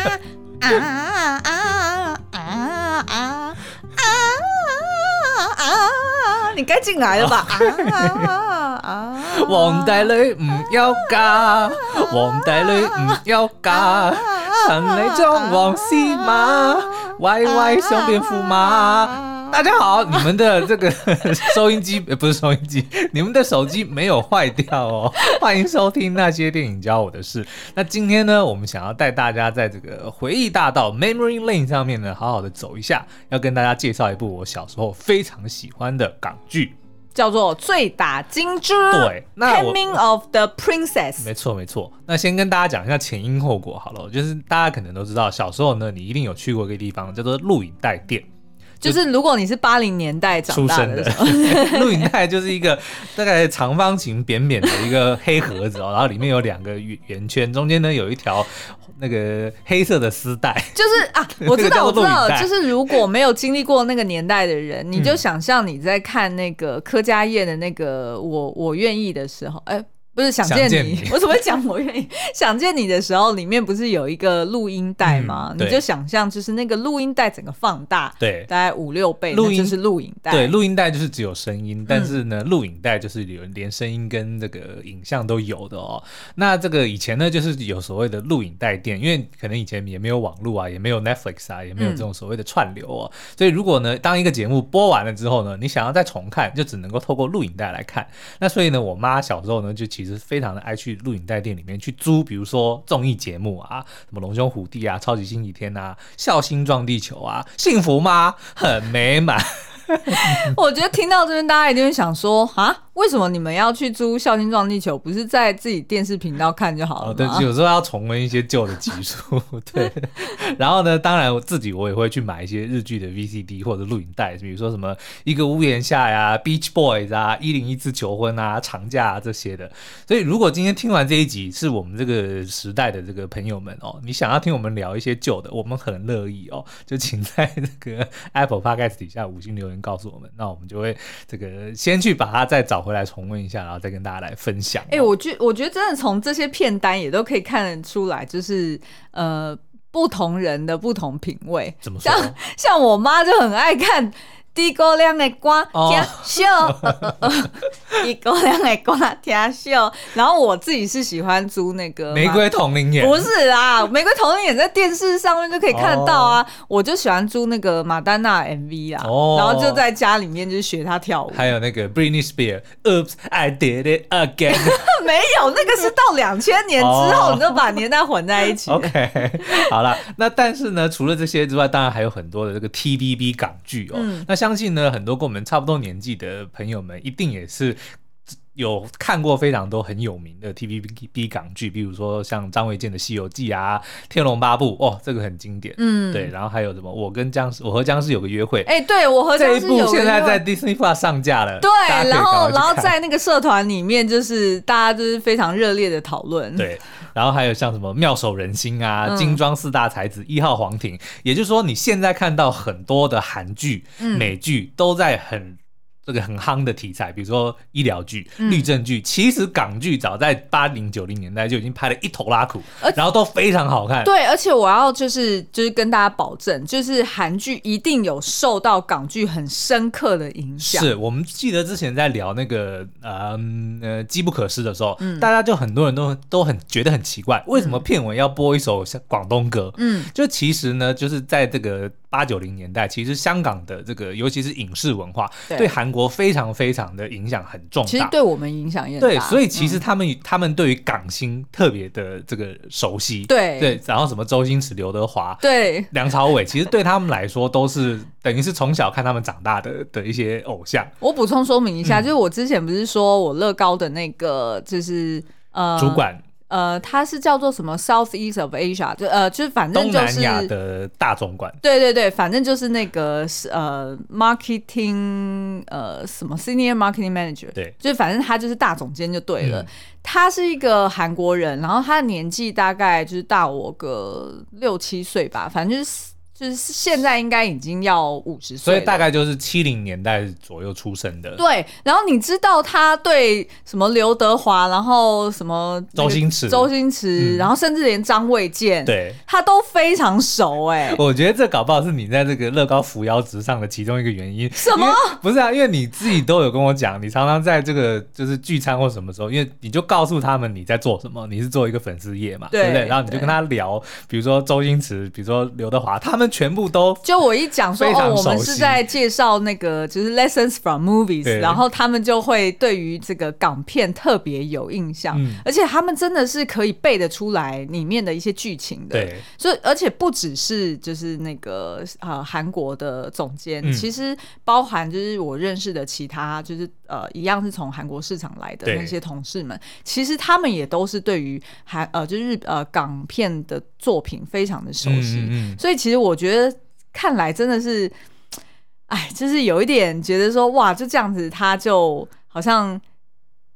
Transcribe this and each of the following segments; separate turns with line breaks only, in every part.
啊啊啊啊啊啊啊！你该进来了吧？啊啊啊！
皇帝女唔休假，皇帝女唔休假，陈李庄王司马，歪歪雄变驸马。大家好，你们的这个收音机呃不是收音机，你们的手机没有坏掉哦。欢迎收听那些电影教我的事。那今天呢，我们想要带大家在这个回忆大道 Memory Lane 上面呢，好好的走一下，要跟大家介绍一部我小时候非常喜欢的港剧。
叫做醉打金珠。
对那我
Taming of the Princess。
没错，没错。那先跟大家讲一下前因后果好了，就是大家可能都知道，小时候呢，你一定有去过一个地方叫做录影带店。
就是如果你是八零年代长
出
大
生
的
的， 录影带就是一个大概长方形扁扁的一个黑盒子哦，然后里面有两个圆圆圈，中间呢有一条那个黑色的丝带。
就是 啊，
那个
我知道，
叫
我知
做录
道
影，带
就是如果没有经历过那个年代的人，你就想象你在看那个柯佳燕的那个我我愿意的时候，哎、不是想见
想见
你，
你
我怎么会讲我愿意想见你的时候，里面不是有一个录音带吗？
嗯
你
对
就想象就是那个录音带整个放大，
对
大概五六倍，
录音
那就是录影带，嗯
对，录影带就是只有声音，但是呢，录影带就是有连声音跟这个影像都有的哦。那这个以前呢，就是有所谓的录影带店，因为可能以前也没有网络啊，也没有 Netflix 啊，也没有
嗯
这种所谓的串流哦。所以如果呢，当一个节目播完了之后呢，你想要再重看，就只能够透过录影带来看。那所以呢，我妈小时候呢，就其实非常的爱去录影带店里面去租，比如说综艺节目啊，什么《龙兄虎弟》啊，《超级星期天》啊，《孝心撞地球》啊，《幸福吗？很美满。
我觉得听到这边，大家一定会想说啊，为什么你们要去租《孝心撞地球》？不是在自己电视频道看就好
哦，
了
对，
吗？
有时候要重温一些旧的集 数，对。然后呢，当然我自己我也会去买一些日剧的 VCD 或者录影带，比如说什么《一个屋檐下》呀，《Beach Boys》啊，《一零一次求婚》啊，《长假、啊》这些的。所以如果今天听完这一集是我们这个时代的这个朋友们哦，你想要听我们聊一些旧的，我们很乐意哦，就请在这个 Apple Podcast 底下五星留言告诉我们，那我们就会这个先去把它再找回来重温一下，然后再跟大家来分享哦、
哎、我觉我觉得真的从这些片单也都可以看得出来，就是呃不同人的不同品味。
怎么说
像？像我妈就很爱看低沟亮的瓜
哦
听 秀，呃呃呃低沟亮的瓜听秀。然后我自己是喜欢租那个
玫
嘛
瑰同龄眼
不是啦，玫瑰童演在电视上面就可以看得到啊。我就喜欢租那个马丹娜 MV 啦，
哦
啊然后就在家里面就是学她跳舞。
还有那个 Britney Spears，Oops I did it again 。
没有，那个是到两千年之后，
哦
你就把年代混在一起。
OK，好了，那但是呢，除了这些之外，当然还有很多的这个 TVB 港剧哦。
嗯
那相信呢，很多跟我们差不多年纪的朋友们，一定也是。有看过非常多很有名的 TVB 港剧，比如说像张卫健的《西游记》啊，《天龙八部》哦，这个很经典。
嗯，
对，。然后还有什么？我跟僵尸，我和僵尸有个约会。
哎、对我和
这
僵
一
尸
部
有
现在
个
在 Disney Plus 上架了。大家可
对，
以赶
然后
快去
然后
看
在那个社团里面，就是大家就是非常热烈的讨论。，
对，然后还有像什么妙手仁心啊、
嗯
金装四大才子、一号皇庭，也就是说，你现在看到很多的韩剧、
嗯
美剧都在很。这个很夯的题材，比如说医疗剧、
嗯
律政剧，其实港剧早在八零九零年代就已经拍了一头拉苦
而，
然后都非常好看。
对，而且我要就是就是跟大家保证，就是韩剧一定有受到港剧很深刻的影响。
是我们记得之前在聊那个呃嗯呃机不可失的时候，
嗯
大家就很多人都都很觉得很奇怪，为什么片尾要播一首像广东歌？
嗯，
就其实呢，就是在这个八九零年代，其实香港的这个尤其是影视文化
对
对韩国非常非常的影响很重大。
其实对我们影响也很嗯
对，
大。
所
以
以其实他们、他们对于港星特别的这个熟悉，
对
对，然后什么周星驰、刘德华，
对
梁朝伟，其实对他们来说都是等于是从小看他们长大的的一些偶像。
我补充说明一
嗯
下，就是我之前不是说我乐高的那个就是呃
主管
呃，它是叫做什么 South East of Asia，就呃就是反正
东
就
南
是
亚的大总管，
对对对，反正就是那个是呃，marketing 呃什么 senior marketing manager，
对
就是反正他就是大总监就对了。
嗯
他是一个韩国人，然后他的年纪大概就是大我个六七岁吧，反正就是就是现在应该已经要五十岁
所
了，
以大概就是七零年代左右出生的，
对，然后你知道他对什么刘德华，然后什么那个
周星驰
周星驰，
嗯
然后甚至连张卫健，，
对
他都非常熟哎、
我觉得这搞不好是你在这个乐高扶摇直上的其中一个原因。
什么
因为？不是啊，因为你自己都有跟我讲，你常常在这个就是聚餐或什么时候，因为你就告诉他们你在做什么，你是做一个粉丝业嘛，
对
不对？然后你就
对
跟他聊，比如说周星驰，比如说刘德华，他们全部都。
就我一讲说
非常
哦，我们
熟
是
悉
在介绍那个就是 lessons from movies，
对
然后他们就会对于这个港片特别有印象，
嗯
而且他们真的是可以背得出来里面的一些剧情的。
对，
所以，而且不只是就是那个呃韩国的总监，
嗯
其实包含就是我认识的其他就是呃一样是从韩国市场来的
对
那些同事们，其实他们也都是对于韩呃就是日呃港片的作品非常的熟悉，
嗯嗯
所以其实我觉得看来真的是，哎，就是有一点觉得说哇，就这样子他就好像。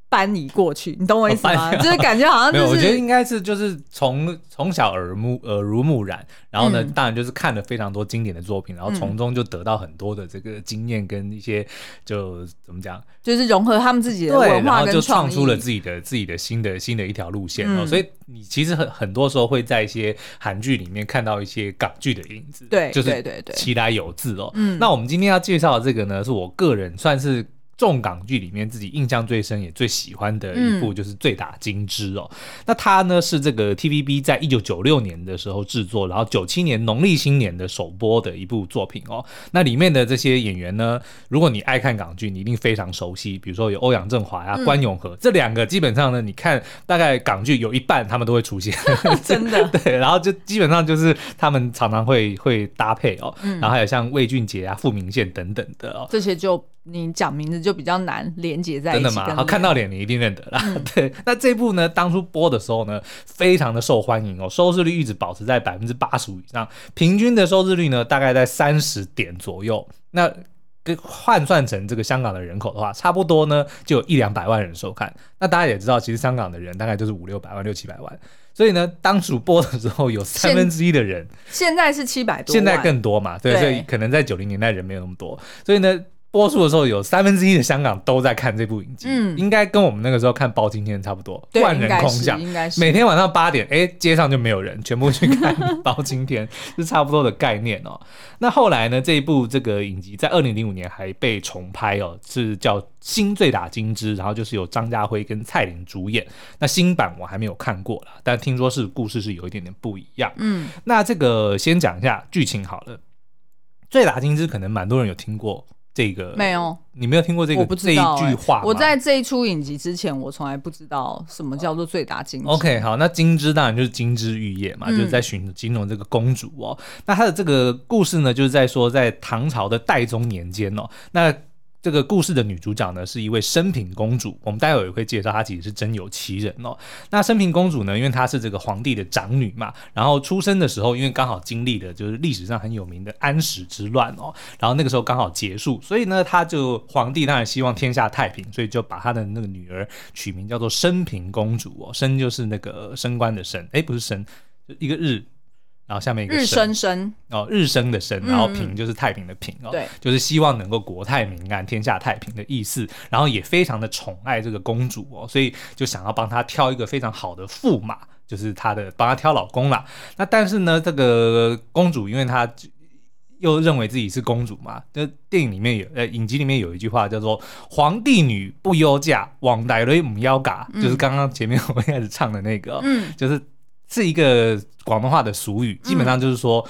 搬移过去，你懂我意思吗？
哦搬移
就是感觉好 像
没
啊就
有，我觉得
是
应该是就是从从小耳目耳濡目染，然后呢，
嗯
当然就是看了非常多经典的作品，然后从中就得到很多的这个经验跟一些就怎么讲，
就是融合他们自己的
对，
文
然
化
后
跟
就创
意
出了自己的自己的新的新的一条路线哦，
嗯
所以你其实很很多时候会在一些韩剧里面看到一些港剧的影子，
对
就是
对对对
其来有自哦。
嗯
那我们今天要介绍的这个呢，是我个人算是。重港剧里面自己印象最深也最喜欢的一
嗯
部就是《醉打金枝》哦，那它呢是这个 TVB 在一九九六年的时候制作，然后九七年农历新年的首播的一部作品哦。那里面的这些演员呢，如果你爱看港剧，你一定非常熟悉，比如说有欧阳震华
嗯
呀、关咏荷、这两个，基本上呢，你看大概港剧有一半他们都会出 现，
真的，
对，然后就基本上就是他们常常会会搭配哦，
嗯
然后还有像魏俊杰啊、傅明宪等等的哦。
这些就你讲名字就比较难连接在一
真
起。
的吗？好，看
到
到脸你一定认得啦。
嗯
对，那这部呢，当初播的时候呢，非常的受欢迎哦，收视率一直保持在百分之八十五以上，平均的收视率呢，大概在三十点左右。那跟换算成这个香港的人口的话，差不多呢就有一两百万人收看。那大家也知道，其实香港的人大概就是五六百万、六七百万，所以呢，当初播的时候有三分之一的人
现在是七百多万，
现在更多嘛，对，
对
所以可能在九零年代人没有那么多，所以呢，播出的时候有三分之一的香港都在看这部影集，
嗯
应该跟我们那个时候看包青天差不多，
对
万人
应该
空
是
巷。
应该是
每天晚上八点，哎、街上就没有人，全部去看包青天， 是差不多的概念哦。那后来呢，这一部这个影集在二零零五年还被重拍哦，是叫《新醉打金枝》，然后就是由张家辉跟蔡琳主演。那新版我还没有看过啦，但听说是故事是有一点点不一样。
嗯
那这个先讲一下剧情好了，《醉打金枝》可能蛮多人有听过这个，
没有，
你没有听过这个
我不知道、欸
这一句话吗？
我在这一出影集之前，我从来不知道什么叫做最打金。
哦 OK，好，那金枝当然就是金枝玉叶嘛，
嗯
就是在寻形容这个公主哦。那她的这个故事呢，就是在说在唐朝的代宗年间哦，那。这个故事的女主角呢，是一位升平公主。我们待会儿也会介绍，她其实是真有其人哦。那升平公主呢，因为她是这个皇帝的长女嘛，然后出生的时候，因为刚好经历了就是历史上很有名的安史之乱哦，然后那个时候刚好结束，所以呢，她就皇帝当然希望天下太平，所以就把她的那个女儿取名叫做升平公主哦，升就是那个升官的升，哎，不是升，就一个日，然后下面一个
日升升，
哦，日升的升，
嗯
然后平就是太平的平哦，
对，
就是希望能够国泰民安、天下太平的意思。然后也非常的宠爱这个公主哦，所以就想要帮她挑一个非常好的驸马，就是她的帮她挑老公啦。那但是呢，这个公主因为她又认为自己是公主嘛，那电影里面有呃影集里面有一句话叫做“皇帝女不忧嫁，往来瑞母腰嘎”，就是刚刚前面我们一开始唱的那个、哦，
嗯，
就是是一个广东话的俗语，基本上就是说。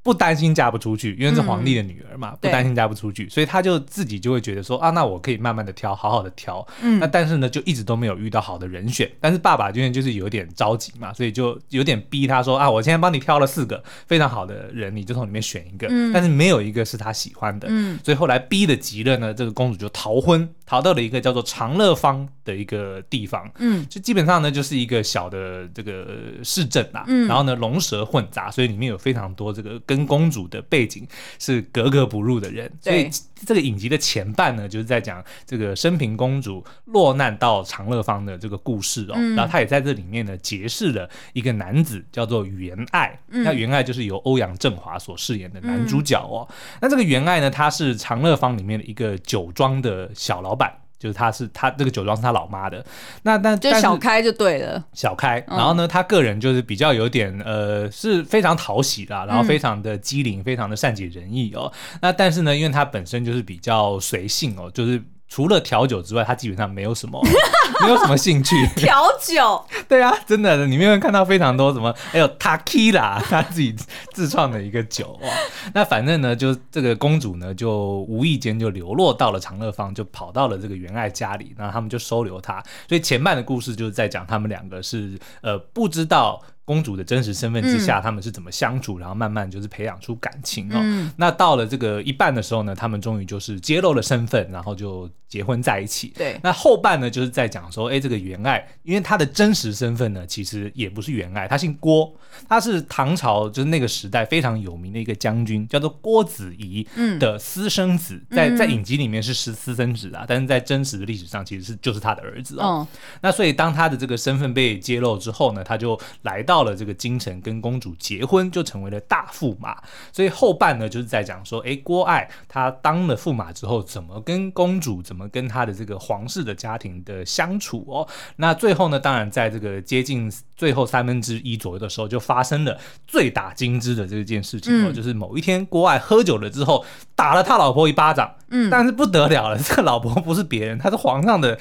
不担心嫁不出去，因为是皇帝的女儿嘛，不
嗯对
担心嫁不出去，所以她就自己就会觉得说啊，那我可以慢慢的挑，好好的挑。
嗯
那但是呢，就一直都没有遇到好的人选。但是爸爸因为就是有点着急嘛，所以就有点逼他说啊，我现在帮你挑了四个非常好的人，你就从里面选一个。
嗯
但是没有一个是他喜欢的，
嗯
所以后来逼的急了呢，这个公主就逃婚逃到了一个叫做长乐坊的一个地方。
嗯
就基本上呢，就是一个小的这个市镇啦、
嗯
然后呢，龙蛇混杂，所以里面有非常多这个跟公主的背景是格格不入的人。所以
对
这个影集的前半呢，就是在讲这个生平公主落难到长乐坊的这个故事哦。
嗯
然后她也在这里面呢，结识了一个男子，叫做袁爱。
嗯
那袁爱就是由欧阳震华所饰演的男主角哦。那这个袁爱呢，她是长乐坊里面的一个酒庄的小老板。就是她是她这个酒庄是她老妈的，那那
就
但是
小开就对了。
小开，
嗯
然后呢，他个人就是比较有点呃，是非常讨喜
嗯
啦，然后非常的机灵，非常的善解人意哦。那但是呢，因为他本身就是比较随性哦，就是。除了调酒之外，他基本上没有什么， 没有什么兴趣。
调酒，
对啊，真的，你面会看到非常多什么，还有 Takila 他自己自创的一个酒哇。那反正呢，就这个公主呢，就无意间就流落到了长乐坊，就跑到了这个袁爱家里，然后他们就收留她。所以前半的故事就是在讲他们两个是呃不知道。公主的真实身份之下，他们是怎么相处，然后慢慢就是培养出感情哦。
嗯
那到了这个一半的时候呢，他们终于就是揭露了身份，然后就结婚在一起。
对，
那后半呢，就是在讲说，哎、这个袁爱，因为她的真实身份呢，其实也不是袁爱，她姓郭，她是唐朝就是那个时代非常有名的一个将军，叫做郭子仪
嗯
的私生子，在在
嗯
影集里面是私私生子啊，但是在真实的历史上其实是就是他的儿子哦。
嗯，
那所以当他的这个身份被揭露之后呢，他就来到了这个京城跟公主结婚，就成为了大驸马。所以后半呢就是在讲说，诶，郭爱他当了驸马之后，怎么跟公主，怎么跟他的这个皇室的家庭的相处哦。那最后呢，当然在这个接近最后三分之一左右的时候，就发生了最打金枝的这件事情哦，
嗯
就是某一天郭爱喝酒了之后，打了他老婆一巴掌。
嗯
但是不得了 了，这个老婆不是别人，她是皇上的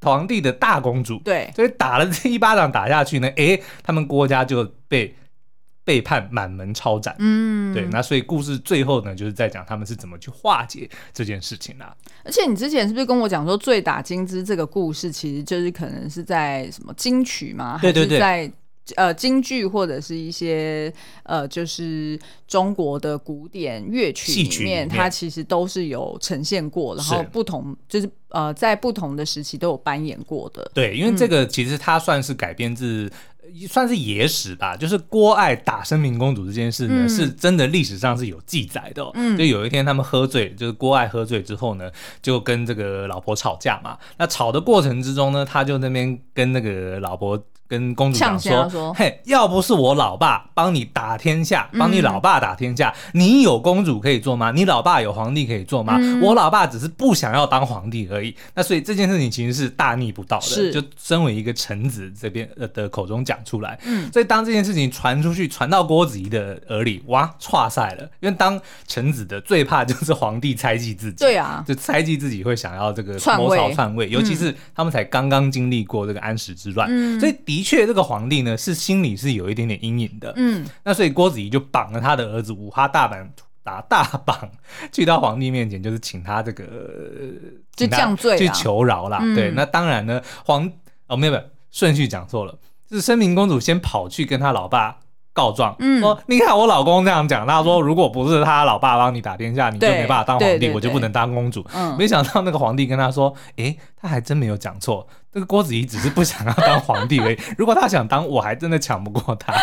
皇帝的大公主，
对，
所以打了这一巴掌打下去呢，诶，他们郭家就被背叛，满门抄斩。
嗯，
对，那所以故事最后呢，就是在讲他们是怎么去化解这件事情啦、
而且你之前是不是跟我讲说，《醉打金枝》这个故事其实就是可能是在什么金曲吗？
对对对
还是在。呃，京剧或者是一些呃，就是中国的古典乐曲
戏
里
曲里
面，
面
它其实都是有呈现过，然
是
后不同就是呃，在不同的时期都有扮演过的。
对，因为
嗯
这个其实它算是改编自。算是野史吧，就是郭爱打生平公主这件事呢，
嗯
是真的历史上是有记载的、哦。
嗯
就有一天他们喝醉，就是郭爱喝醉之后呢，就跟这个老婆吵架嘛。那吵的过程之中呢，他就那边跟那个老婆跟公主讲
呛声
说：“
啊说
嘿，要不是我老爸帮你打天下，
嗯
帮你老爸打天下，你有公主可以做吗？你老爸有皇帝可以做吗？
嗯
我老爸只是不想要当皇帝而已。那所以这件事情其实是大逆不道的，
是
就身为一个臣子这边呃的口中讲出来，
嗯
所以当这件事情传出去，传到郭子仪的耳里，哇，岔赛了。因为当臣子的最怕就是皇帝猜忌自己，
对啊，
就猜忌自己会想要这个
篡位
谋朝篡位，尤其是他们才刚刚经历过这个安史之乱，
嗯
所以的确这个皇帝呢是心里是有一点点阴影的。
嗯，
那所以郭子仪就绑了他的儿子五花大绑。打大绑去到皇帝面前，就是请他这个呃
就
请他
降罪
去
啦
求饶啦。
嗯
对，那当然呢，皇哦没有没有顺序讲错了，是生平公主先跑去跟她老爸告状，
嗯
说你看我老公这样讲，他说如果不是他老爸帮你打天下，你就
对
没办法当
对
皇帝，
对
我就
对
不能当公主。
嗯
没想到那个皇帝跟他说：“诶，他还真没有讲错，这个郭子仪只是不想要当皇帝而已。如果他想当，我还真的抢不过 他。”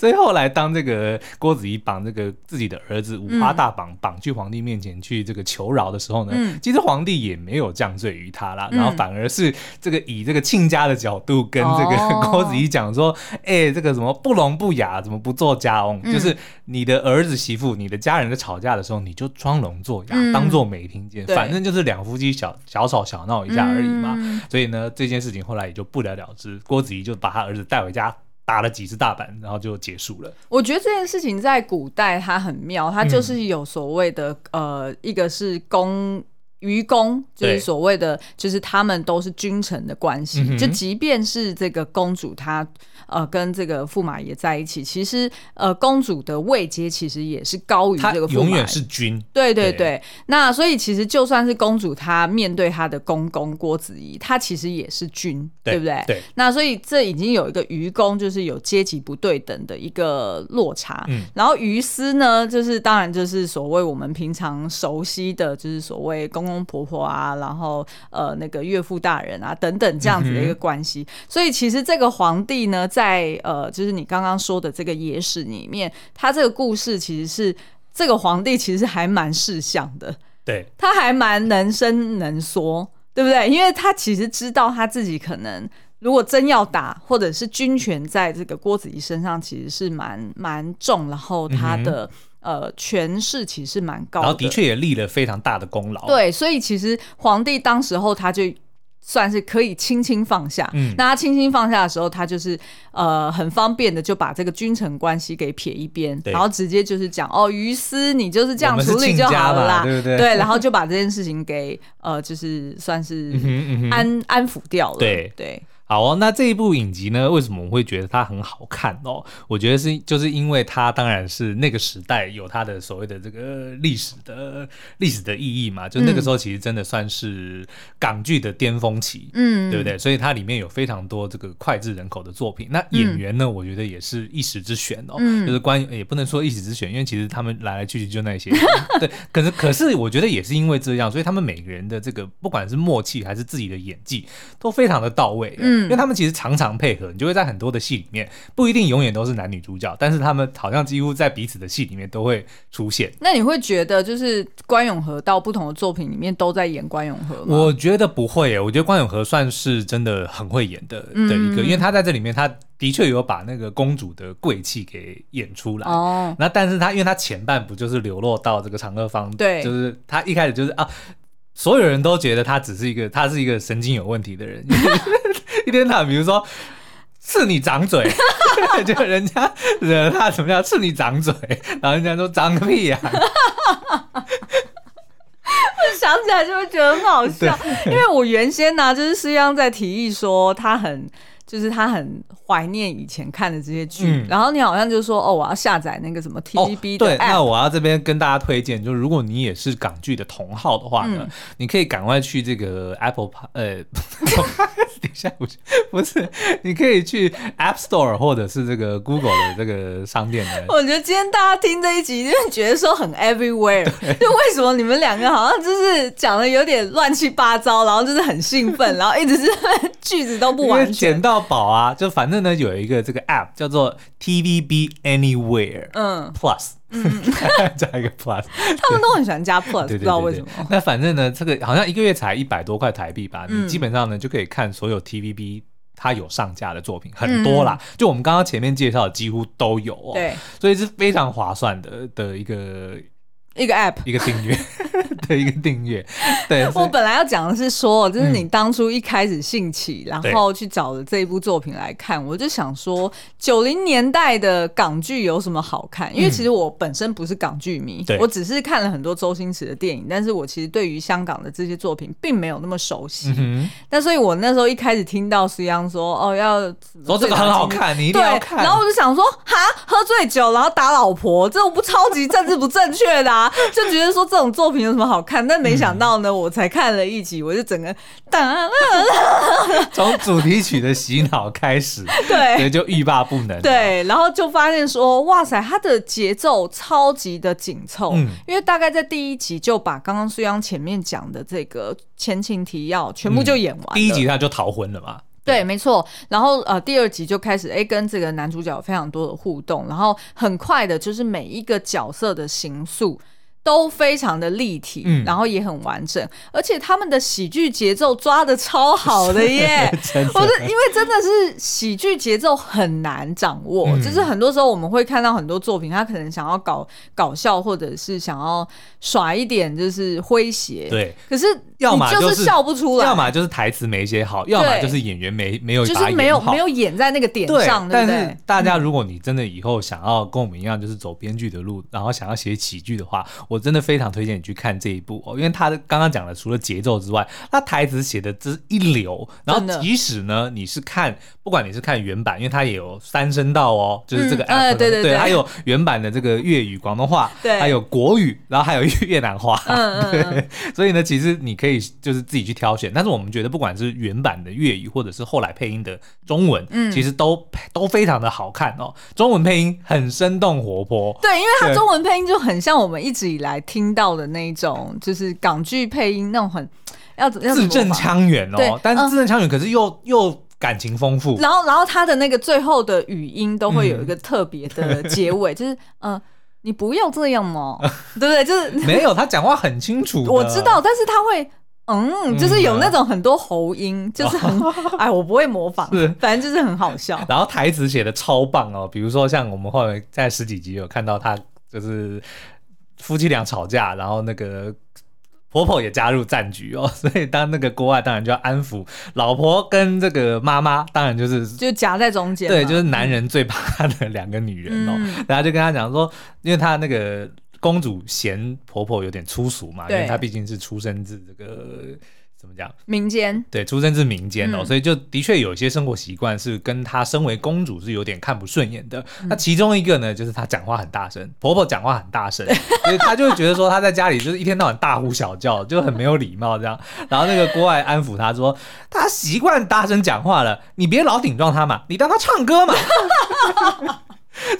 所以后来当这个郭子仪绑这个自己的儿子五花大绑、绑去皇帝面前去这个求饶的时候呢，
嗯
其实皇帝也没有降罪于他啦，
嗯
然后反而是这个以这个亲家的角度跟这个
哦
郭子仪讲说：“诶，哎这个什么不聋不哑，怎么不做家翁？
嗯
就是你的儿子媳妇、你的家人在吵架的时候，你就装聋作哑，
嗯
当做没听见，
对
反正就是两夫妻小小吵小闹一下而已嘛。
嗯
所以呢，这件事情后来也就不了了之。郭子仪就把他儿子带回家，打了几次大板，然后就结束了。
我觉得这件事情在古代它很妙，它
嗯
就是有所谓的、呃，一个是公。愚公就
对
是所谓的，就是他们都是君臣的关系。
嗯哼
就即便是这个公主她呃跟这个驸马爷在一起，其实呃公主的位阶其实也是高于
他
这个驸
永
马爷
远。是君，
对对
对
对，那所以其实就算是公主，她面对她的公公郭子仪，她其实也是君，对不对？
对，
那所以这已经有一个愚公，就是有阶级不对等的一个落差。
嗯
然后于私呢，就是当然就是所谓我们平常熟悉的，就是所谓公公婆婆啊，然后呃那个岳父大人啊等等这样子的一个关系。所以其实这个皇帝呢，在呃就是你刚刚说的这个野史里面，他这个故事其实是这个皇帝其实还蛮事项的，
对，
他还蛮能伸能缩，对不对？因为他其实知道他自己可能。如果真要打，或者是军权在这个郭子仪身上其实是蛮蛮重，然后他的、呃权势其实是蛮高
嗯然
的，
后的确也立了非常大的功劳。，
对，所以其实皇帝当时候他就算是可以轻轻放下。
嗯
那他轻轻放下的时候，他就是呃很方便的就把这个君臣关系给撇一边，
对
然后直接就是讲哦，于私你就是这样
我们是
处理
亲
就
家
好了啦，
嘛对不对
然后就把这件事情给呃就是算是
嗯哼嗯哼
安、安抚掉了。
对
对，
好哦，那这一部影集呢，为什么我会觉得它很好看哦？我觉得是就是因为它当然是那个时代有它的所谓的这个呃历史的历史的意义嘛，就那个时候其实真的算是港剧的巅峰期。
嗯，
对不对？所以它里面有非常多这个脍炙人口的作品。那演员呢，我觉得也是一时之选哦，
嗯
就是关于也不能说一时之选，因为其实他们来来去去就那 些人。对，可是可是我觉得也是因为这样，所以他们每个人的这个不管是默契还是自己的演技，都非常的到位。
嗯
嗯，因为他们其实常常配合，你就会在很多的戏里面，不一定永远都是男女主角，但是他们好像几乎在彼此的戏里面都会出现。
那你会觉得就是关永和到不同的作品里面都在演关永和吗？
我觉得不会耶，我觉得关咏荷算是真的很会演的的一个，因为她在这里面，她的确有把那个公主的贵气给演出来。
哦，
那但是她因为她前半不就是流落到这个长乐坊，
对
就是她一开始就是啊，所有人都觉得她只是一个，她是一个神经有问题的人， 一天到晚比如说。是你长嘴， 就人家惹她怎么样？是你长嘴，然后人家说长个屁啊呀、
想起来就会觉得很好笑，因为我原先呢、就是施央在提议说他很。就是他很怀念以前看的这些剧，
嗯哦
然后你好像就说哦，我要下载那个什么 TVB
对
的，
那
app，、
我要这边跟大家推荐，就是如果你也是港剧的同号的话呢，
嗯
你可以赶快去这个 Apple Pa- 呃， 等一下不是不是，你可以去 App Store 或者是这个 Google 的这个商店呢。
我觉得今天大家听这一集，就觉得说很 everywhere，就为什么你们两个好像就是讲的有点乱七八糟，然后就是很兴奋，然后一直是 句子都不
因为
完全
捡，到宝啊，就反正呢有一个这个 App 叫做 TVB Anywhere
嗯，
Plus，加 一个 Plus，
他们都很喜欢加 plus，
对对对
不知道为什么。
对那反正呢，这个好像一个月才一百多块台币吧，
嗯
你基本上呢就可以看所有 TVB 它有上架的作品，很多啦。就我们刚刚前面介绍的几乎都有哦，
嗯对，
所以是非常划算的的一个
一个 app，
一个订 阅的一个订阅，对。所
我
以
本来要讲的是说，就是你当初一开始兴起，然
嗯对
后去找了这一部作品来看，我就想说，九零年代的港剧有什么好看？因为其实我本身不是港剧
嗯
迷，
对
我只是看了很多周星驰的电影，但是我其实对于香港的这些作品并没有那么熟悉。
嗯
但所以我那时候一开始听到苏央说，哦，要什么
哼，说这
最
个
打
很好
金
看，你一定
对，
要看。
然后我就想说，哈，喝醉酒然后打老婆，这种不超级政治不正确的啊， 就觉得说这种作品有什么好看？但没想到呢，我才看了一集，我就整个当
从主题曲的洗脑开始，
对
对，就欲罢不能。，
对，然后就发现说，哇塞，它的节奏超级的紧凑，
嗯
因为大概在第一集就把刚刚苏央前面讲的这个前情提要全
嗯
部就演完了、
第一集他就逃婚了嘛。
对，没错。然后呃，第二集就开始哎、诶跟这个男主角有非常多的互动，然后很快的，就是每一个角色的形塑都非常的立体，
嗯。
然后也很完整，而且他们的喜剧节奏抓的超好的耶
真的
不是，因为真的是喜剧节奏很难掌握，
嗯
就是很多时候我们会看到很多作品，他可能想要搞搞笑，或者是想要耍一点就是诙谐，，
对，
可是
要
你
么
就
就是
笑不出来，啊
要么就是台词没写好，要么就是演员没没有
就
把它
是
演
没有
好
没有演在那个点
对
上，，对
但
不
是
对？
大家，如果你真的以后想要跟我们一样，就是走编剧的
嗯
路，然后想要写喜剧的话，我真的非常推荐你去看这一部哦，因为他的刚刚讲的，除了节奏之外，他台词写的真是一流。然
真的
后即使呢，你是看，不管你是看原版，因为它也有三声道哦，就是这个 app，、
嗯哎对对
对
对
还有原版的这个粤语、广东话，
对
还有国语，然后还有越南话，
嗯嗯 嗯，
所以呢，其实你可以就是自己去挑选，但是我们觉得不管是原版的粤语，或者是后来配音的中文，嗯，其实都都非常的好看哦。中文配音很生动活泼，
对，因为它
对
中文配音就很像我们一直以来听到的那种，就是港剧配音那种很要怎要怎
字
么
正
仿
腔圆
对嗯
哦，但是字正腔圆，可是又又感情丰富。
然后，然后他的那个最后的语音都会有一个特别的结 尾，就是呃，你不要这样嘛，对不对？就是
没有，他讲话很清楚的。
我知道，但是他会。嗯，就是有那种很多喉音，就是很 哎，我不会模仿
嗯是，
反正就是很好笑。
然后台词写的超棒哦，比如说像我们后来在十几集有看到他就是夫妻俩吵架，然后那个。婆婆也加入战局哦，所以当那个国外当然就要安抚老婆跟这个妈妈，当然就是
就夹在中间嘛，
对，就是男人最怕的两个女人哦。
嗯
然后就跟他讲说，因为他那个公主嫌婆婆有点粗俗嘛，因为
对
她毕竟是出身自这个怎么讲，
民间
对，出身自民间哦，
嗯
所以就的确有一些生活习惯是跟她身为公主是有点看不顺眼的。那其中一个呢，就是她讲话很大声，婆婆讲话很大声， 所以她就会觉得说她在家里就是一天到晚大呼小叫，就很没有礼貌这样。然后那个郭爱安抚她说，她习惯大声讲话了，你别老顶撞她嘛，你当她唱歌嘛。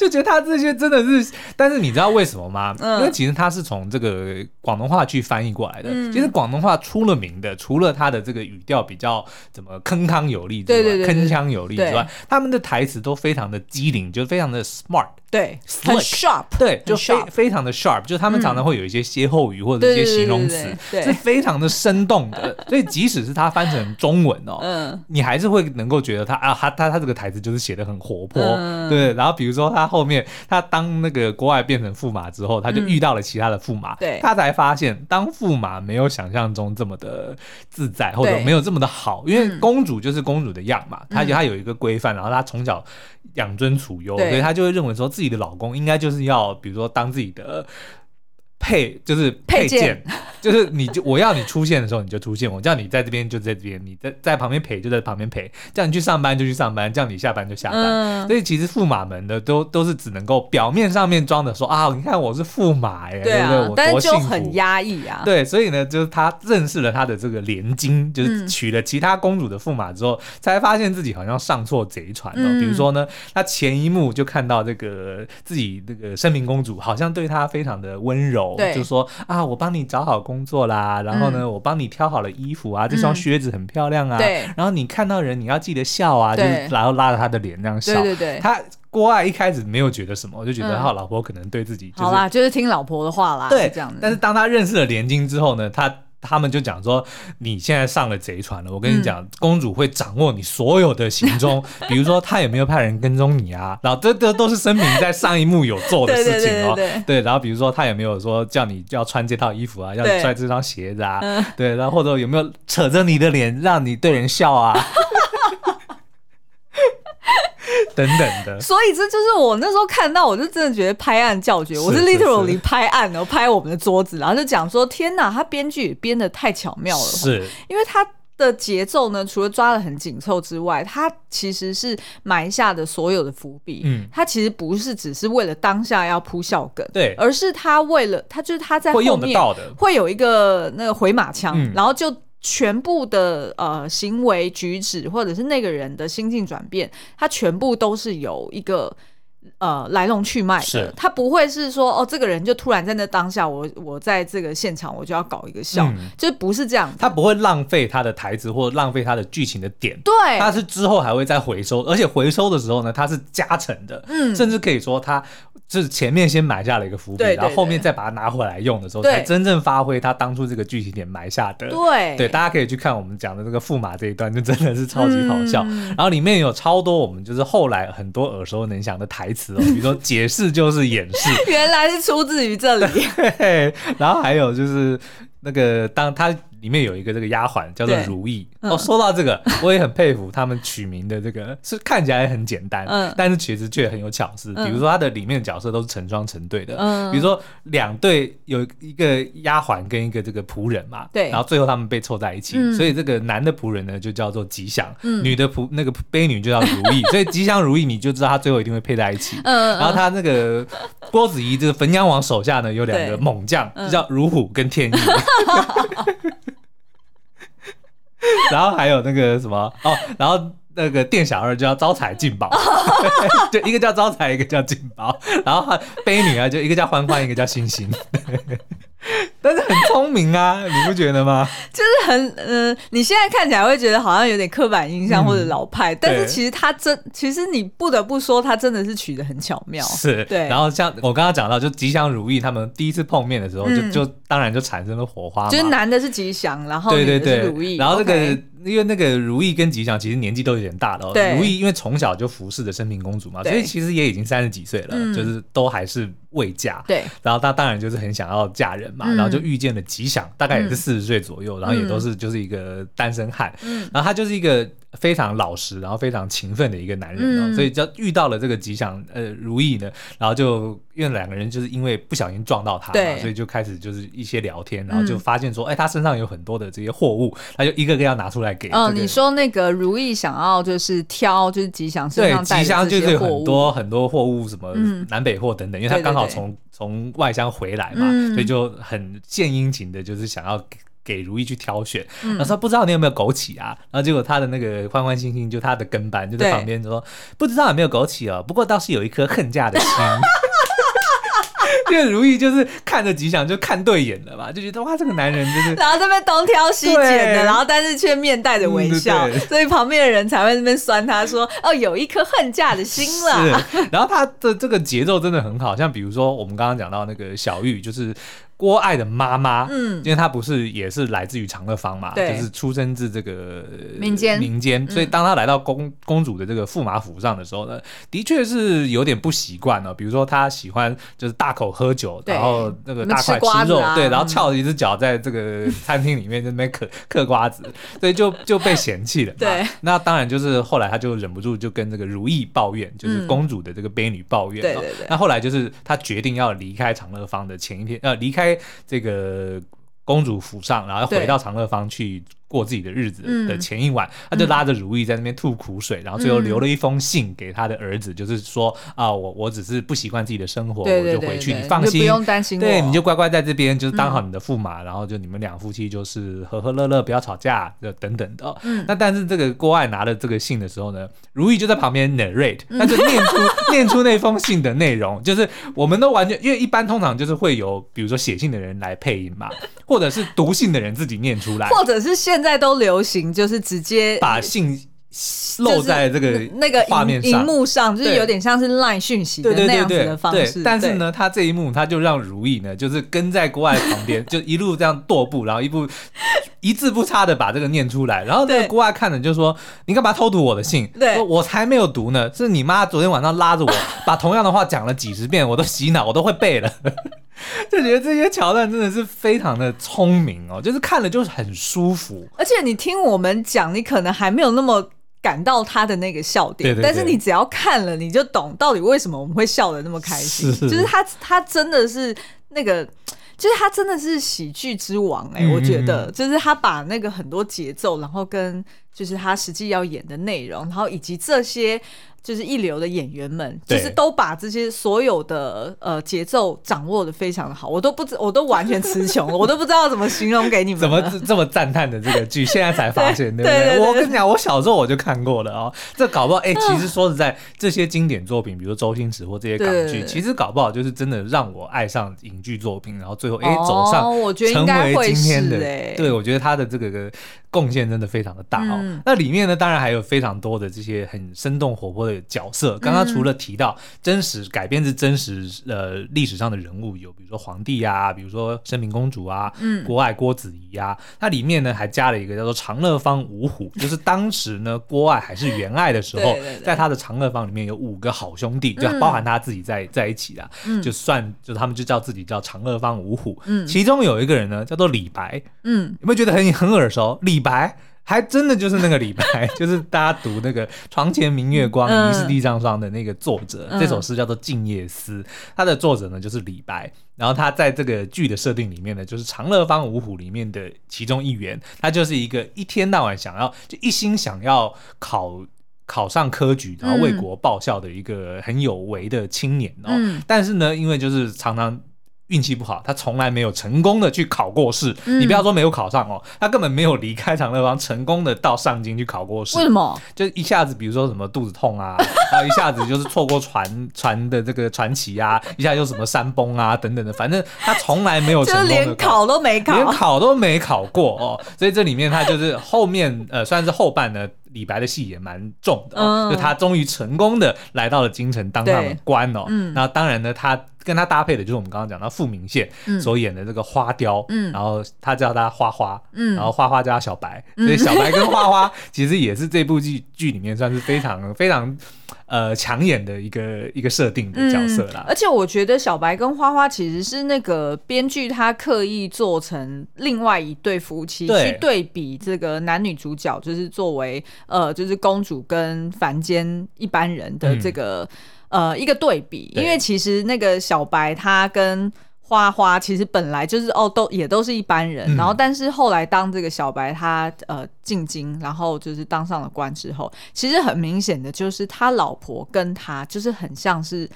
就觉得她这些真的是，但是你知道为什么吗？
嗯
因为其实她是从这个广东话去翻译过来的。
嗯
其实广东话出了名的，除了它的这个语调比较怎么铿锵有力之外，
对对对
铿
对
锵有力之外
对，
他们的台词都非常的机灵，就非常的 smart，
对
Slick
很 sharp，
对，就非
sharp
非常的 sharp，就他们常常会有一些歇后语或者一些
对对对
形容词
对对对
是非常的生动的，所以即使是它翻成中文哦，
嗯，
你还是会能够觉得他啊，他他他这个台词就是写的很活泼，
嗯
对。然后比如说他后面他当那个国外变成驸马之后，他就遇到了其他的驸马，
对
他才发现当驸马没有想象中这么的自在，或者
对嗯
没有这么的好，因为公主就是公主的样嘛，她她有一个规范，然后她从小养尊处优，
对
所以她就会认为说自己的老公应该就是要比如说当自己的。配就是
配件
件， 就是你就我要你出现的时候你就出现，我叫你在这边就在这边，你在在旁边陪就在旁边陪，叫你去上班就去上班，叫你下班就下班。
嗯，
所以其实驸马们的都都是只能够表面上面装的说啊，你看我是驸马耶，
对
不对？
啊
我，
但
多
是
幸
就
福。
很压抑啊，
对，所以呢，就是他认识了他的这个连襟，就是
嗯
娶了其他公主的驸马之后，才发现自己好像上错贼船了、
嗯
比如说呢，他前一幕就看到这个自己这个生平公主好像对他非常的温柔，
对
就说啊，我帮你找好工作啦，然后呢，我帮你挑好了衣服啊，这双
嗯
靴子很漂亮啊，
对
然后你看到人你要记得笑啊，就是
对
然后拉着他的脸这样笑
对，对对，
他。郭爱一开始没有觉得什么，我就觉得
嗯
他老婆可能对自己就是
好啦，就是听老婆的话啦，
对，
是这样子。
但是当他认识了连襟之后呢，他。他们就讲说，你现在上了贼船了。我跟你
嗯
讲，公主会掌握你所有的行 踪，比如说她有没有派人跟踪你啊，然后这这都是声明在上一幕有做的
对对
事
对
情哦。
对对，
对，然后比如说他有没有说叫你要穿这套衣服啊，要你
对
穿这双鞋子啊，
嗯
对，然后或者有没有扯着你的脸让你对人笑 啊，等等 的。
所以这就是我那时候看到，我就真的觉得拍案叫绝。我是
是是
literally 拍案，然后拍我们的桌子，然后就讲说：天哪，他编剧也编的太巧妙了，
是，
因为他。的节奏呢，除了抓的很紧凑之外，他其实是埋下的所有的伏笔。
嗯
他其实不是只是为了当下要铺笑梗，
对
而是他为了他就是他在后
会
面
用得到的
会有一个那个回马枪，
嗯
然后就全部的呃行为举止或者是那个人的心境转变，他全部都是有一个。呃，来龙去脉的
是，
他不会是说哦，这个人就突然在那当下，我我在这个现场我就要搞一个笑，
嗯
就不是这样子。
他不会浪费他的台词或浪费他的剧情的点，
对，
它是之后还会再回收，而且回收的时候呢，它是加成的，
嗯
甚至可以说它就是前面先埋下了一个伏笔，
对对
然后后面再把它拿回来用的时候，
对
才真正发挥它当初这个剧情点埋下的。
对
大家可以去看我们讲的这个驸马这一段，就真的是超级好笑。
嗯
然后里面有超多我们就是后来很多耳熟能详的台词哦，比如说解释就是掩饰，
原来是出自于这 里。
对，然后还有就是那个，当它里面有一个这个丫鬟叫做
对嗯
如意。哦，说到这个， 我也很佩服他们取名的这个，是看起来很简单，
嗯
但是其实却很有巧思。比如说它的里面的角色都是成双成对的，
嗯
比如说两对有一个丫鬟跟一个这个仆人嘛，
对
然后最后他们被凑在一起，
嗯
所以这个男的仆人呢就叫做吉祥，
嗯
女的仆那个悲女就叫如意，所以吉祥如意你就知道他最后一定会配在一起。
嗯，
然后他那个郭子仪，就是汾阳王手下呢有两个
对
猛将，
嗯
就叫如虎跟 天意。然后还有那个什么哦，然后那个店小二就叫招财进 宝，就一个叫招财，一个叫进宝，然后他悲女啊，就一个叫欢欢，一个叫星 星。但是很聪明啊，你不觉得吗？
就是很呃，你现在看起来会觉得好像有点刻板印象
嗯
或者老派，但是其实他真，其实你不得不说，他真的是取得很巧妙。
是，
对
然后像我刚刚讲到，就吉祥如意，他们第一次碰面的时候，
嗯
就就当然就产生了火花嘛。
就是男的是吉祥，然后
对
女
对
的是
对
如意，
然后这个
OK
因为那个如意跟吉祥其实年纪都有点大了、
对
哦，如意因为从小就服侍着生平公主嘛，
对
所以其实也已经三十几岁了，
嗯
就是都还是未嫁。
对
然后她当然就是很想要嫁人嘛，
嗯
然后就遇见了吉祥，大概也
嗯
是四十岁左右，然后也都是就是一个单身汉，
嗯
然后他就是一个非常老实，然后非常勤奋的一个男人、哦，
嗯
所以就遇到了这个吉祥呃如意呢，然后就因为两个人就是因为不小心撞到他嘛
对，
所以就开始就是一些聊天，然后就
嗯
发现说，哎、他身上有很多的这些货物，他就一个个要拿出来给、这个。
哦，你说那个如意想要就是挑就是吉祥身
对，
上
吉
带的
祥
这
就是
些
有
货
很
物，
多很多货物，什么
嗯
南北货等等，因为他
对对
刚好
对
从从外乡回来嘛，
嗯
所以就很献殷勤的，就是想要给。给如意去挑选，
嗯
然后说不知道你有没有枸杞啊？然后结果他的那个欢欢星星就他的跟班就在
对
旁边就说不知道有没有枸杞哦，不过倒是有一颗恨嫁的心。因为如意 就是看着吉祥就看对眼了嘛，就觉得哇这个男人就是
然后这边东挑西拣
对
的，然后但是却面带着微
嗯
笑，
对
所以旁边的人才会在那边酸他说：“哦，有一颗恨嫁的心了。
是，然后他的这个节奏真的很好，像比如说我们刚刚讲到那个小玉，就是郭爱的妈妈，
嗯
因为她不是也是来自于长乐坊嘛，就
对
是出生自这个呃
民间嗯
民间，所以当她来到公公主的这个驸马府上的时候呢，的确是有点不习惯哦。比如说她喜欢就是大口喝酒，
对
然后那个
你们
大
吃
块
瓜
吃
子
肉，
啊
对，然后
嗯
翘着一只脚在这 个餐厅里面在那边嗑嗑瓜子，所以就就被嫌弃了嘛。
对
那当然就是后来他就忍不住就跟这个如意抱怨，就是公主的这个悲女抱怨、哦
对嗯对对
那后来就是他决定要离开长乐坊的前一天，呃，离开这个公主府上，然后
对
回到长乐坊去。过自己的日子
嗯
的前一晚，他就拉着如意在那边吐苦水，然后最后留了一封信给他的儿子，就是说啊，我我只是不习惯自己的生活，
对对对
我就回去，
对
你放
你就
心，
不用担心
对，
我
你就乖乖在这边，就是当好你的驸马，然后就你们两夫妻就是和和乐乐，不要吵架，就等等的、哦。
嗯
那但是这个郭爱拿了这个信的时候呢，如意就在旁边 narrate，他
嗯
就念出、 念出那封信的内容，就是我们都完全，因为一般通常就是会有比如说写信的人来配音嘛，或者是读信的人自己念出来，
或者是现在都流行，就是直接
把信露在这个
那个
画面
荧荧
上。
幕上，就是
对
有点像是 LINE 讯息的
对对
那
对
样子
对
的方式。
对，但是
对，
呢，他这一幕他就让如意呢，就是跟在郭爱旁 边，就一路这样踱步，然后一步一字不差的把这个念出来。然后那
对
个郭爱看了就说：“你干嘛偷读我的信？
对
说我才没有读呢，是你妈昨天晚上拉着我把同样的话讲了几十遍，我都洗脑，我都会背了。” 就觉得这些桥段真的是非常的聪明哦，就是看了就是很舒服。
而且你听我们讲，你可能还没有那么。感到他的那个笑点，
对对对
但是你只要看了，你就懂到底为什么我们会笑得那么开心。
是
就是他，他真的是那个，就是他真的是喜剧之王哎、
嗯
我觉得，就是他把那个很多节奏，然后跟就是他实际要演的内容，然后以及这些就是一流的演员们，就
对
是都把这些所有的呃节奏掌握的非常的好，我都不知，我都完全词穷了，我都不知道怎么形容给你们
怎么
了。
这这么赞叹的这个剧，现在才发现， 对不对？
对对对对啊
我跟你讲，我小时候我就看过了哦。这搞不好，哎、其实说实在，这些经典作品，比如周星驰或这些港
对对
剧，
对
其实搞不好就是真的让我爱上影剧作品，然后最后哎、
哦
走上
我觉得应
成
该
为
会
今天的，
是哎
对我觉得他的这个个贡献真的非常的大哦。
嗯
那里面呢，当然还有非常多的这些很生动活泼的角
嗯
色。刚刚除了提到真实、改编自真实呃历史上的人物，有比如说皇帝啊，比如说生平公主啊，
嗯
郭爱、郭子仪啊，它里面呢还加了一个叫做长乐坊五虎，就是当时呢郭爱还是元爱的时候，
对对对
在他的长乐坊里面有五个好兄弟，就
嗯
包含他自己在在一起的啊，
嗯
就算就他们就叫自己叫长乐坊五虎，
嗯
其中有一个人呢叫做李白，
嗯，
有没有觉得很很耳熟？李白。还真的就是那个李 白，就是大家读那个“床前明月光，
嗯
疑是地上霜”的那个作者，
嗯
这首诗叫做《静夜思》，它的作者呢就是李白。然后他在这个剧的设定里面呢，就是长乐坊五虎里面的其中一员，他就是一个一天到晚想要就一心想要考考上科举，然后为
嗯
国报效的一个很有为的青年哦。
嗯
但是呢，因为就是常常运气不好，他从来没有成功的去考过试。
嗯
你不要说没有考上哦，他根本没有离开长乐坊，成功的到上京去考过试
为。什么？
就一下子，比如说什么肚子痛啊， 啊，一下子就是错过船船的这个传奇啊，一下又什么山崩啊等等的，反正他从来没有
就
成
是
功
连
的
考都没考，
连考都没考过哦。所以这里面他就是后面呃，算是后半呢，李白的戏也蛮重的、哦，
嗯
就他终于成功的来到了京城当上了
对
官哦。
嗯
然后当然呢，他跟他搭配的就是我们刚刚讲到傅明宪
嗯
所演的这个花雕，
嗯
然后他叫他花花，
嗯
然后花花叫他小白，所以小白跟花花 其实也是这部剧剧里面算是非常非常呃抢眼的一个一个设定的角色啦。
而且我觉得小白跟花花其实是那个编剧他刻意做成另外一对夫妻，
对
去对比这个男女主角，就是作为呃，就是公主跟凡间一般人的这个、呃一个对比，
嗯对
因为其实那个小白他跟。花花其实本来就是哦，都也都是一般人，
嗯
然后但是后来当这个小白他呃进京，然后就是当上了官之后，其实很明显的就是他老婆跟他就是很像是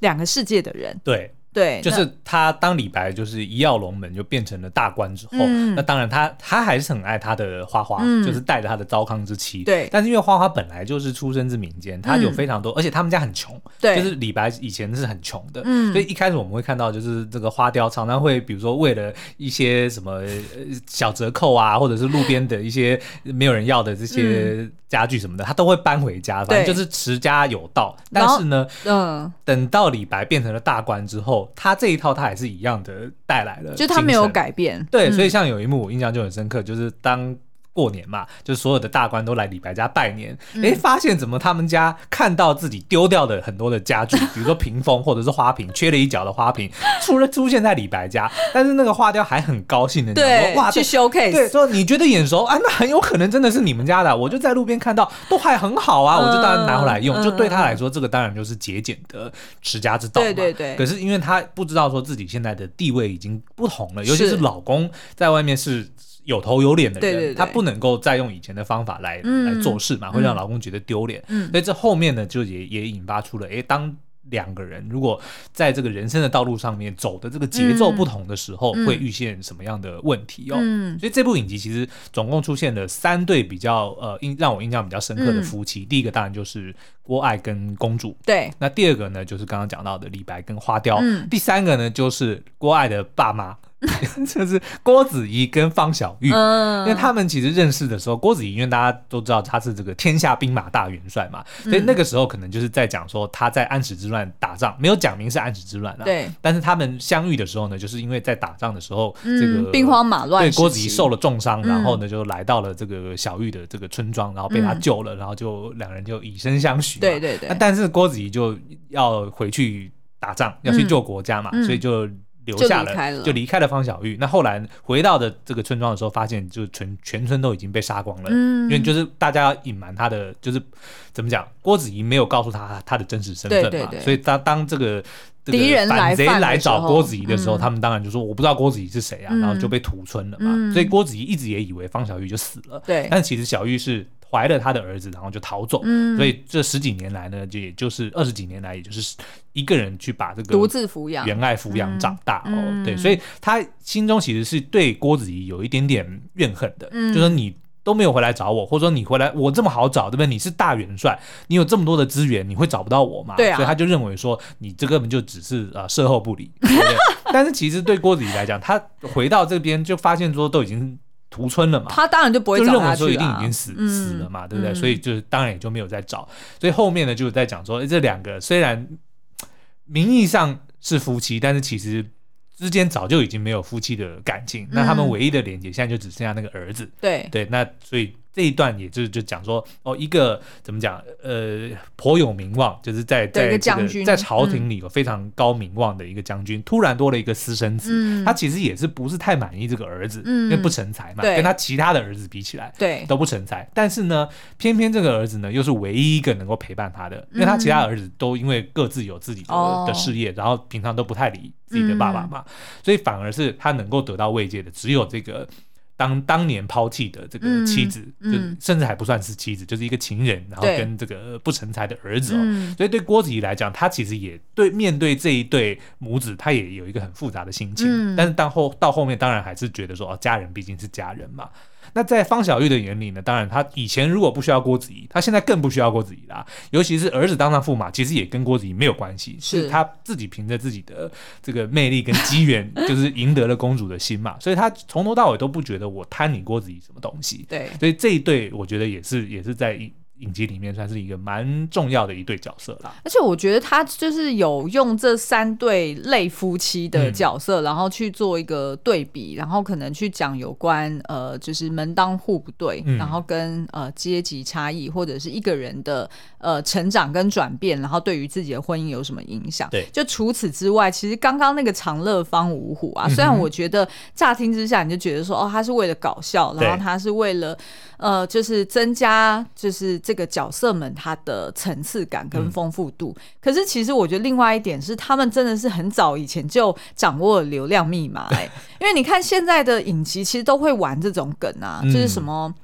两个世界的人，
对，
对，
就
那
是他当李白就是一跃龙门就变成了大官之后，
嗯
那当然他他还是很爱他的花花，
嗯
就是带着他的糟糠之妻。
对嗯
但是因为花花本来就是出身自民间，他有非常多，而且他们家很穷，
对
就是李白以前是很穷的，
嗯
所以一开始我们会看到就是这个花雕常常会比如说为了一些什么呃小折扣啊，或者是路边的一些没有人要的这些家具什么的，他都会搬回家，反正
嗯对
就是持家有道。但
然后
是呢，
嗯、
等到李白变成了大官之后，他这一套他还是一样的带来了，
就他没有。改变，
对，
嗯
所以像有一幕我印象就很深刻，就是当过年嘛，就是所有的大官都来李白家拜年，
嗯
诶，发现怎么他们家看到自己丢掉的很多的家 具，比如说屏风或者是花瓶，缺了一角的花瓶，出了出现在李白家，但是那个花雕还很高兴的讲说，
对
哇，，
去
这
showcase，
对，说你觉得眼熟 啊？那很有可能真的是你们家的啊、我就在路边看到，都还很好啊，我就当然拿回来用。
嗯
就对他来说，这个当然就是节俭的持家之道嘛。
对对对
可是因为他不知道说自己现在的地位已经不同了，尤其是
是
老公在外面是。有头有脸的人，
对对对
他不能够再用以前的方法来、
嗯
来做事嘛，会让老公觉得丢脸。
嗯
所以这后面呢，就也也引发出了，诶，当两个人如果在这个人生的道路上面走的这个节奏不同的时候，
嗯
会遇见什么样的问题哦？
嗯
所以这部影集其实总共出现了三对比较呃印让我印象比较深
嗯
刻的夫妻，第一个当然就是郭爱跟公主，
对，
那第二个呢就是刚刚讲到的李白跟花雕，
嗯
第三个呢就是郭爱的爸妈， 就是郭子仪跟方小玉。因
嗯
为他们其实认识的时候，郭子仪因为大家都知道他是这个天下兵马大元帅嘛，所
嗯
以那个时候可能就是在讲说他在安史之乱打仗，没有讲明是安史之乱啊。。
对，
但是他们相遇的时候呢，就是因为在打仗的时候，这
嗯
个，
兵荒马乱
对，
时期，
郭子仪受了重伤，
嗯嗯
然后呢就来到了这个小玉的这个村庄，然后被他救了，然后就两人就以身相许嘛。
对对对
那啊但是郭子仪就要回去打仗，要去
嗯
救国家嘛，
嗯
所以就。留下
就离开了
就离开了方小玉。那后来回到的这个村庄的时候，发现就全全村都已经被杀光了，
嗯
因为就是大家要隐瞒他的，就是怎么讲，郭子仪没有告诉他他的真实身份嘛，
对对对
所以当当这个。这个
敌人来
反贼
犯的
来找
时候
郭子仪的时候，
嗯
他们当然就说我不知道郭子仪是谁啊，
嗯
然后就被屠村了嘛。
嗯
所以郭子仪一直也以为方小玉就死了，
对，
但其实小玉是怀了他的儿子，然后就逃走。
嗯
所以这十几年来呢，就也就是二十几年来，也就是一个人去把这个
独自抚养，
原爱抚养长大哦，
嗯
对，所以他心中其实是对郭子仪有一点点怨恨的，
嗯
就说你都没有回来找我，或者说你回来我这么好找，对不对？你是大元帅，你有这么多的资源，你会找不到我吗？
对啊
所以他就认为说你这根本就只是呃售后不理，对 不对？但是其实对郭子仪来讲，他回到这边就发现说都已经屠村了嘛，
他当然就不会
就
找
认
他
为
去
说
了，
一定已经死、
嗯
死了嘛，对不对？
嗯
所以就是当然也就没有再找。所以后面呢，就是在讲说，诶这两个虽然名义上是夫妻，但是其实之间早就已经没有夫妻的感情。那他
嗯
们唯一的连接，现在就只剩下那个儿子。
对，
对，那所以这一段也就是就讲说，哦，一个怎么讲，呃，颇有名望，就是在
对
在
一个
这
将
个
军嗯
在朝廷里有非常高名望的一个将军，突然多了一个私生子，
嗯
他其实也是不是太满意这个儿子，因
嗯
为不成才嘛，
对
跟他其他的儿子比起来。
对，
都不成才，但是呢，偏偏这个儿子呢，又是唯一一个能够陪伴他
嗯
的，因为他其他儿子都因为各自有自己的、
哦
的事业，然后
嗯
平常都不太理自己的爸爸嘛，所以反而是他能够得到慰藉的，只有这个当当年抛弃的这个妻子，
嗯
就
嗯
甚至还不算是妻子，就是一个情人，然后
对
跟这个不成才的儿子哦。
嗯
所以对郭子仪来讲，他其实也对面对这一对母子，他也有一个很复杂的心情。
嗯
但是到后到后面，当然还是觉得说，哦，家人毕竟是家人嘛。那在方小玉的眼里呢，当然他以前如果不需要郭子仪，他现在更不需要郭子仪啦。尤其是儿子当上驸马，其实也跟郭子仪没有关系，
是
是他自己凭着自己的这个魅力跟机 缘，就是赢得了公主的心嘛。所以他从头到尾都不觉得我贪你郭子仪什么东西。
对，
所以这一对，我觉得也是也是在影影集里面算是一个蛮重要的一对角色啦。
而且我觉得他就是有用这三对类夫妻的角色，然后去做一个对比，然后可能去讲有关呃，就是门当户不对，
嗯
然后跟呃阶级差异，或者是一个人的呃成长跟转变，然后对于自己的婚姻有什么影响。
对
就除此之外，其实刚刚那个长乐方五虎
嗯
啊，虽然我觉得乍听之下你就觉得说哦，他是为了搞笑，然后
对
他是为了呃，就是增加就是这个角色们他的层次感
嗯
跟丰富度。可是其实我觉得另外一点是，他们真的是很早以前就掌握了流量 密码、哎，因为你看现在的影集其实都会玩这种梗啊，
嗯
就是什么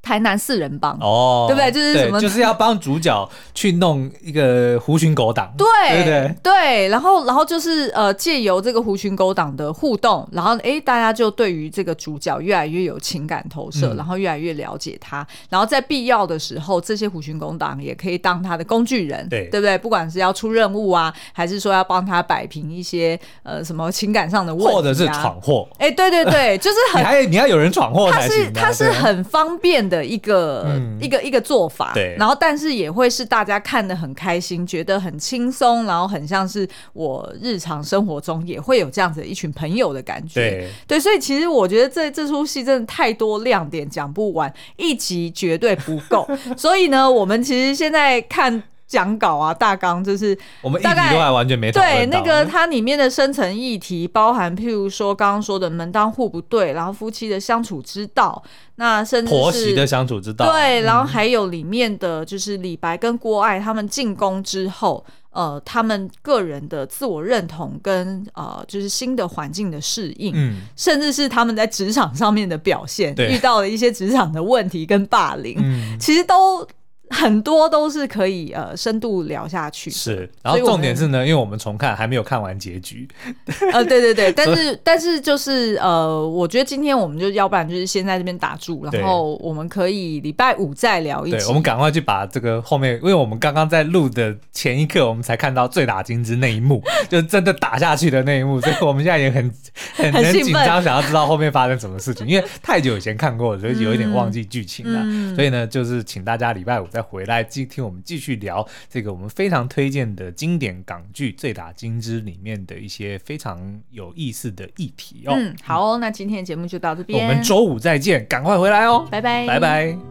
台南四人帮。
哦
对不对就是什么
就是要帮主角去弄一个狐群狗党，对
对
不对
对然后然后就是呃，借由这个狐群狗党的互动，然后诶，大家就对于这个主角越来越有情感投射，
嗯
然后越来越了解他，然后在必要的时候，这些狐群狗党也可以当他的工具人，
对
对不对？不管是要出任务啊，还是说要帮他摆平一些呃什么情感上的问题、啊，
或者是闯祸，
哎，对对对，就是
你
很
还你要有人闯祸
它
才行
是
啊。
它是
对啊
很方便的一个、
嗯
一个一个做法，
对
然后但是也会是大家看得很开心，觉得很轻松，然后很像是我日常生活中也会有这样子一群朋友的感觉。
对，
对，所以其实我觉得这这出戏真的太多亮点，讲不完，一集绝对不 够。所以呢，我们其实现在看讲稿啊、大纲，就是
我们一集
大概
都还完全没讨
对，
论到
那个它里面的深层议题包含，譬如说刚刚说的门当户不对，然后夫妻的相处之道，那甚至
婆媳
是
的相处之道，
对，然后还有里面的就是李白跟郭艾他们进宫之后，呃，他们个人的自我认同跟呃，就是新的环境的适应。
嗯，
甚至是他们在职场上面的表现，
对
遇到了一些职场的问题跟霸凌，
嗯
其实都很多都是可以呃深度聊下去的。
是。然后
所以我
重
们
点是呢，因为我们重看还没有看完结局，
呃，对对对，但是但是就是呃，我觉得今天我们就要不然就是先在这边打住，
对
然后我们可以礼拜五再聊一
对
集，。
我们赶快去把这个后面，因为我们刚刚在录的前一刻，我们才看到醉打金枝那一 幕，就是真的打下去的那一幕，所以我们现在也很很
很
很
兴奋
紧张，想要知道后面发生什么事情，因为太久以前看过了，所以有一点忘记剧情了。
嗯
所以呢，就是请大家礼拜五再回来继听我们继续聊这个我们非常推荐的经典港剧《醉打金枝》里面的一些非常有意思的议题哦。
嗯嗯，好哦、那今天的节目就到这
我
边，
们周五再见，赶快回来哦，
拜拜，
拜。拜